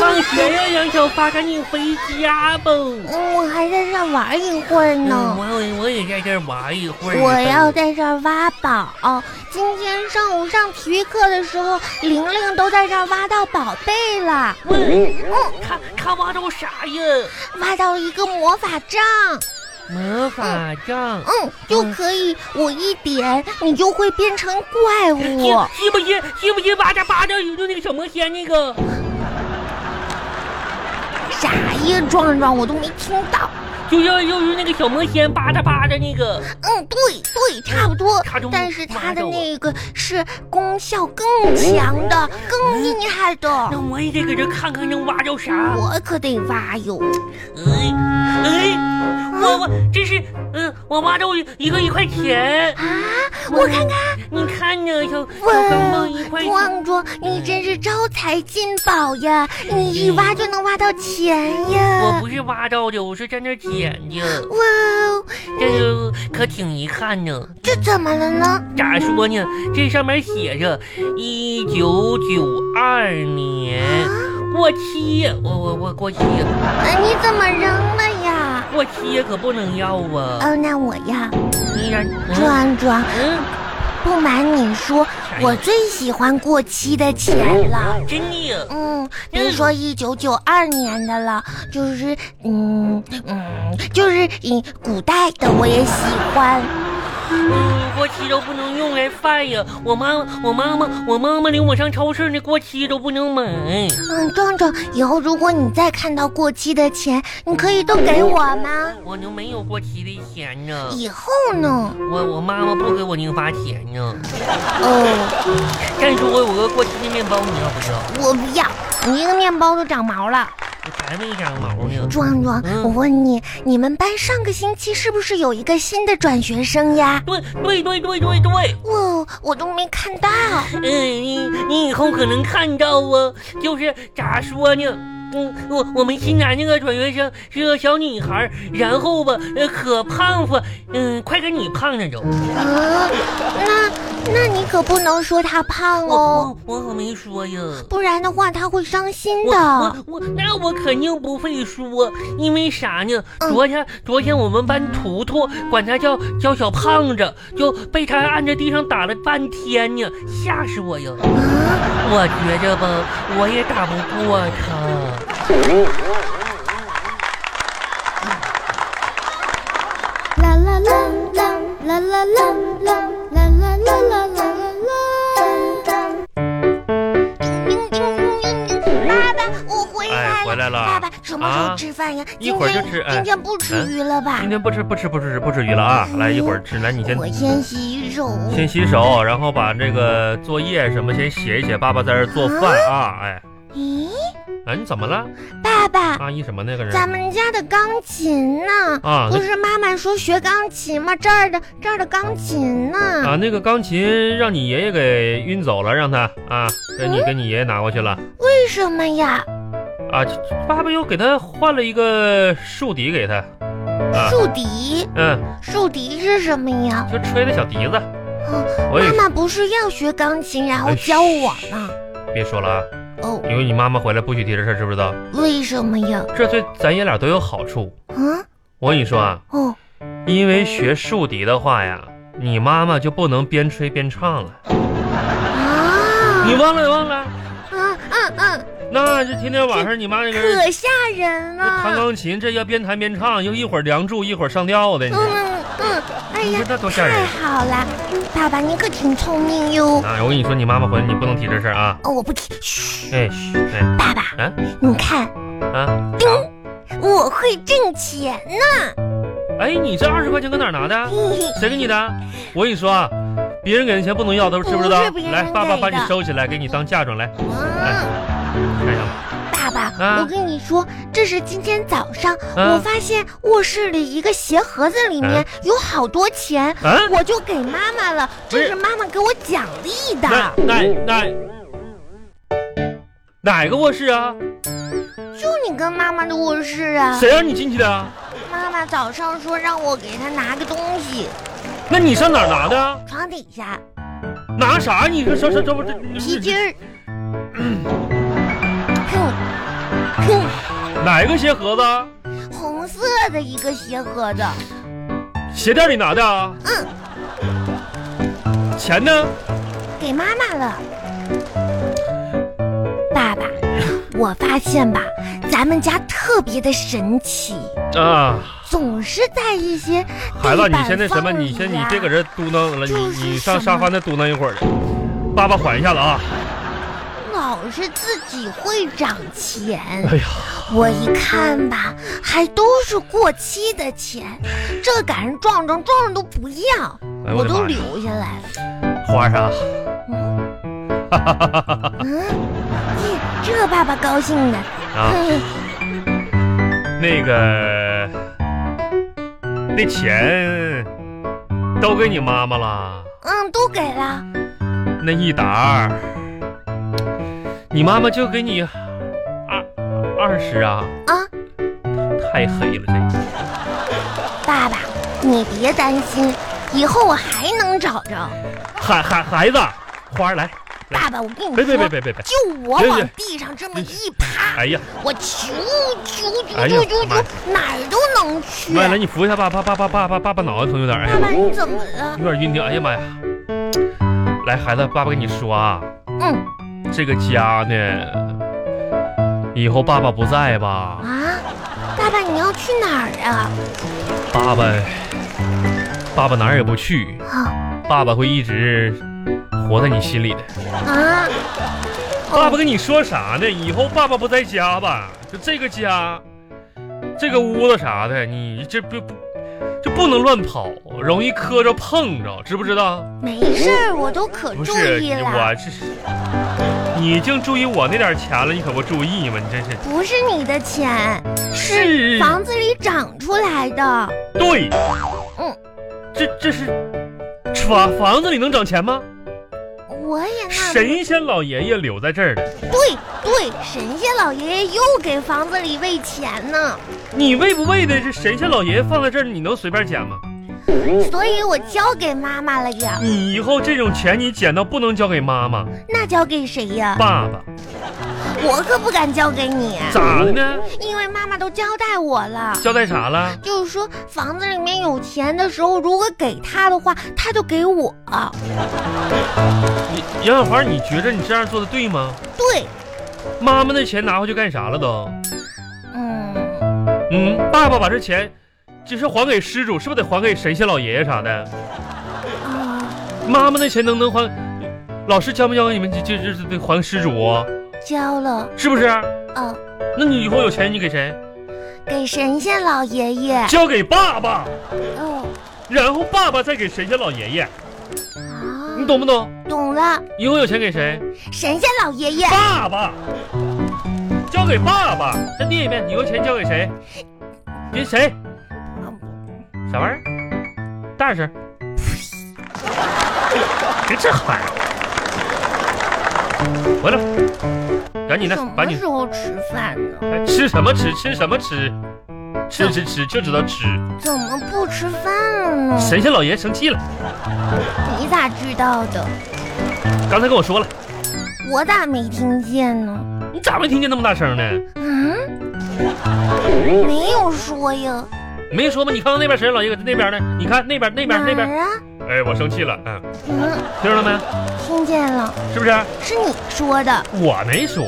放学呀，杨小发，赶紧回家吧。嗯，我还在这儿玩一会儿呢。我也我嗯也在这儿玩一会儿。我要在这儿挖宝。今天上午上体育课的时候，玲玲都在这儿挖到宝贝了，喂，嗯他他挖到啥呀？挖到一个魔法杖，魔法杖。嗯，就可以我一点，你就会变成怪物。信信不信？信不信？巴扎巴扎，有就那个小魔仙那个。啥呀，壮壮，我都没听到。就要要用那个小魔仙吧嗒吧嗒那个，嗯，对对，差不多差不多。但是它的那个是功效更强的、更厉害的，那我也得搁这看看能挖着啥。我可得挖哟。哎哎，我我这是嗯，我挖着一个一块钱，啊，嗯我看看，你看呢，小小钢镚哇一，块钱。壮壮，你真是招财进宝呀！你一挖就能挖到钱哎我呀！不是挖到的，我是在那儿捡的，哇哦，这个可挺遗憾呢。这怎么了呢？咋说呢？这上面写着一九九二年过期，我我我过期，啊，你怎么扔了呀？过期可不能要啊！哦，那我要，你让嗯壮壮，嗯。不瞒你说，我最喜欢过期的钱了。真的，嗯，别说一九九二年的了，就是嗯嗯，就是嗯古代的我也喜欢。嗯，过期都不能用来饭呀。我妈，我妈妈，我妈妈领我上超市那过期都不能买。嗯，壮壮，以后如果你再看到过期的钱，你可以都给我吗？我都没有过期的钱呢，以后呢？我我妈妈不给我零花钱呢。哦，再说我有个过期的面包，你要不要？我不要，你那个面包都长毛了。我才没长毛呢。壮壮，嗯我问你，你们班上个星期是不是有一个新的转学生呀？对对对对对对，哦，我都没看到。嗯，你你以后可能看到啊，就是咋说呢？嗯，我我们新来那个转学生是个小女孩儿，然后吧，呃，可胖乎，嗯，快跟你胖着都。啊，那那你可不能说他胖哦。我我我可没说呀。不然的话他会伤心我的。我我那我肯定不会说，因为啥呢？嗯昨天昨天我们班图图管他叫叫小胖子，就被他按在地上打了半天呢，吓死我呀！啊，我觉着吧，我也打不过啊他。啦啦啦啦啦啦啦啦啦啦啦啦啦啦啦。爸爸，我回来了。哎回来了爸爸，什么时候啊吃饭呀？今一会儿天就吃哎今天不吃鱼了吧今？天不吃不吃不吃不吃鱼了啊！来一会儿吃，来嗯你先我先洗手。先洗手，然后把这个作业什么先写一写，爸爸在这儿做饭啊！哎咦，哎，你怎么了？爸爸，阿姨什么那个人咱们家的钢琴呢？啊不是妈妈说学钢琴吗？这儿的这儿的钢琴呢？啊？那个钢琴让你爷爷给运走了，让他啊，给你给你爷爷拿过去了为什么呀？啊！这这爸爸又给他换了一个竖笛给他，啊竖笛，嗯，竖笛是什么呀？啊就吹的小笛子。我哎也妈妈不是要学钢琴，然后哎教我吗？别说了啊，哦，以后你妈妈回来不许提这事儿，知不知道？为什么呀？这对咱爷俩都有好处。啊，我跟你说啊。哦，因为学竖笛的话呀，你妈妈就不能边吹边唱了。啊，你忘了忘了？嗯嗯嗯，那这天天晚上你妈那个人可吓人弹了。钢琴，这要边弹边唱，又一会儿梁祝，一会儿上吊的。你嗯嗯嗯，哎你呀说，这多吓人太！好了，爸爸你可挺聪明哟。啊，我跟你说，你妈妈回来你不能提这事儿啊。哦，我不提。嘘，哎，嘘哎爸爸，啊你看，啊！我会挣钱呢。哎，你这二十块钱搁哪儿拿的？嘿嘿谁给你的？我跟你说啊，别人给的钱不能要，都知不知道不是别？人来，爸爸给把你的收起来，给你当嫁妆来。嗯，看一下吧。爸爸，哎啊我跟你说，这是今天早上啊我发现卧室里一个鞋盒子里面啊有好多钱，啊？ 我就给妈妈了，不是这是妈妈给我奖励的。哪哪哪哪个卧室啊？就你跟妈妈的卧室啊，谁让你进去的啊？妈妈早上说让我给她拿个东西，那你上哪儿拿的啊？床底下拿啥？你这这这这不这嗯皮筋儿。哼，哪一个鞋盒子啊？红色的一个鞋盒子，鞋店里拿的啊？嗯钱呢？给妈妈了。爸爸，我发现 吧，咱们家特别的神奇，啊，总是在一些孩子，地你板先那什么，缝你先里你呀别搁这嘟囔了，你就是你上什么沙发那嘟囔一会儿去。爸爸缓一下了啊！老是自己会长钱。哎呀，我一看吧，还都是过期的钱，这赶上撞撞撞撞都不要，哎我我的都妈呀！留下 来了。花啥？嗯，嗯，咦这爸爸高兴的，啊，嗯那个，那钱都给你妈妈了，嗯，都给了。那一沓儿，你妈妈就给你二二十啊，啊，太黑了这。爸爸，你别担心，以后我还能找着。孩孩孩子，花儿来，来爸爸，我跟你别别别说，别别别，就我别别往地上这么一趴，哎呀，我求求求哎呀求求妈呀求，哪儿都能去。妈呀，来你扶一下爸爸爸爸爸爸爸爸脑袋疼有点儿，哎爸呀，爸，你怎么了？有点晕掉，哎呀妈呀！来，孩子，爸爸跟你说啊，嗯这个家呢，以后爸爸不在吧？啊，爸爸，你要去哪儿啊？爸爸，爸爸哪儿也不去，啊爸爸会一直活在你心里的。啊，爸爸跟你说啥呢？以后爸爸不在家吧，就这个家，这个屋子啥的，你这不不就不能乱跑，容易磕着碰着，知不知道？没事儿，我都可不注是意你了。我这是，你净注意我那点钱了，你可不注意吗？你真是不是你的钱，是房子里长出来的。对，嗯，这这是房房子里能涨钱吗？我也纳闷。神仙老爷爷留在这儿的。对对，神仙老爷爷又给房子里喂钱呢，你喂不喂的？这神仙老爷爷放在这儿，你能随便捡吗？所以我交给妈妈了呀。你以后这种钱你捡到不能交给妈妈、那交给谁呀？爸爸，我可不敢交给你，咋的呢？因为妈妈都交代我了。交代啥了？就是说，房子里面有钱的时候，如果给他的话，他就给我。啊你杨小花，你觉着你这样做的对吗？对，妈妈那钱拿回去干啥了都？嗯，嗯，爸爸把这钱，就是还给失主，是不是得还给神仙老爷爷啥的？啊，妈妈那钱能能还？老师交没交给你们？这这这得还失主，哦交了，是不是？嗯、那你以后有钱你给谁？给神仙老爷爷。交给爸爸，哦，然后爸爸再给神仙老爷爷，啊你，懂不懂？懂了，以后有钱给谁？神仙老爷爷，爸爸，交给爸爸。再念一遍，以后钱交给谁？给谁？啥玩意儿？大声！别这喊！啊回来，赶紧的什，把么你哎时候吃饭呢？吃什么吃？吃什么吃？吃吃吃，就知道吃。怎么不吃饭呢？神仙老爷生气了，你咋知道的？刚才跟我说了，我咋没听见呢？你咋没听见那么大声呢？嗯，哦没有说呀。没说吗？你看看那边神仙老爷搁那边呢，你看那边那边那哪边。儿啊？哎，我生气了，嗯，嗯，听着了没？听见了，是不是？是你说的。我没说，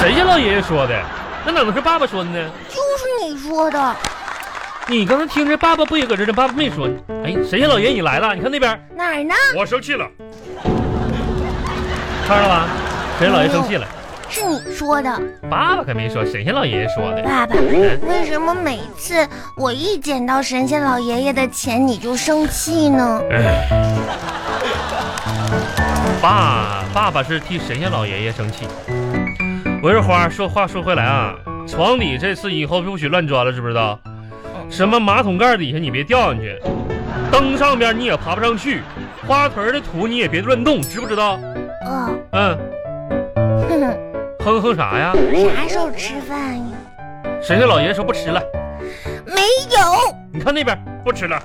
神仙老爷爷说的，那哪能是爸爸说的呢？就是你说的，你刚才听着，爸爸不也搁这呢？爸爸没说你。哎，神仙老爷你来了，你看那边，哪儿呢？我生气了，看着了吧？神仙老爷生气了，是你说的，爸爸可没说，神仙老爷爷说的。爸爸。为什么每次我一捡到神仙老爷爷的钱你就生气呢？哎，爸，爸爸是替神仙老爷爷生气。我说花，说话说回来啊，床底这次以后不许乱钻了，知不知道？什么马桶盖底下你别掉下去，灯上边你也爬不上去，花盆的土你也别乱动，知不知道？哦，嗯，哼哼，哼哼啥呀？啥时候吃饭呀？神仙老爷说不吃了，没有。你看那边不吃了，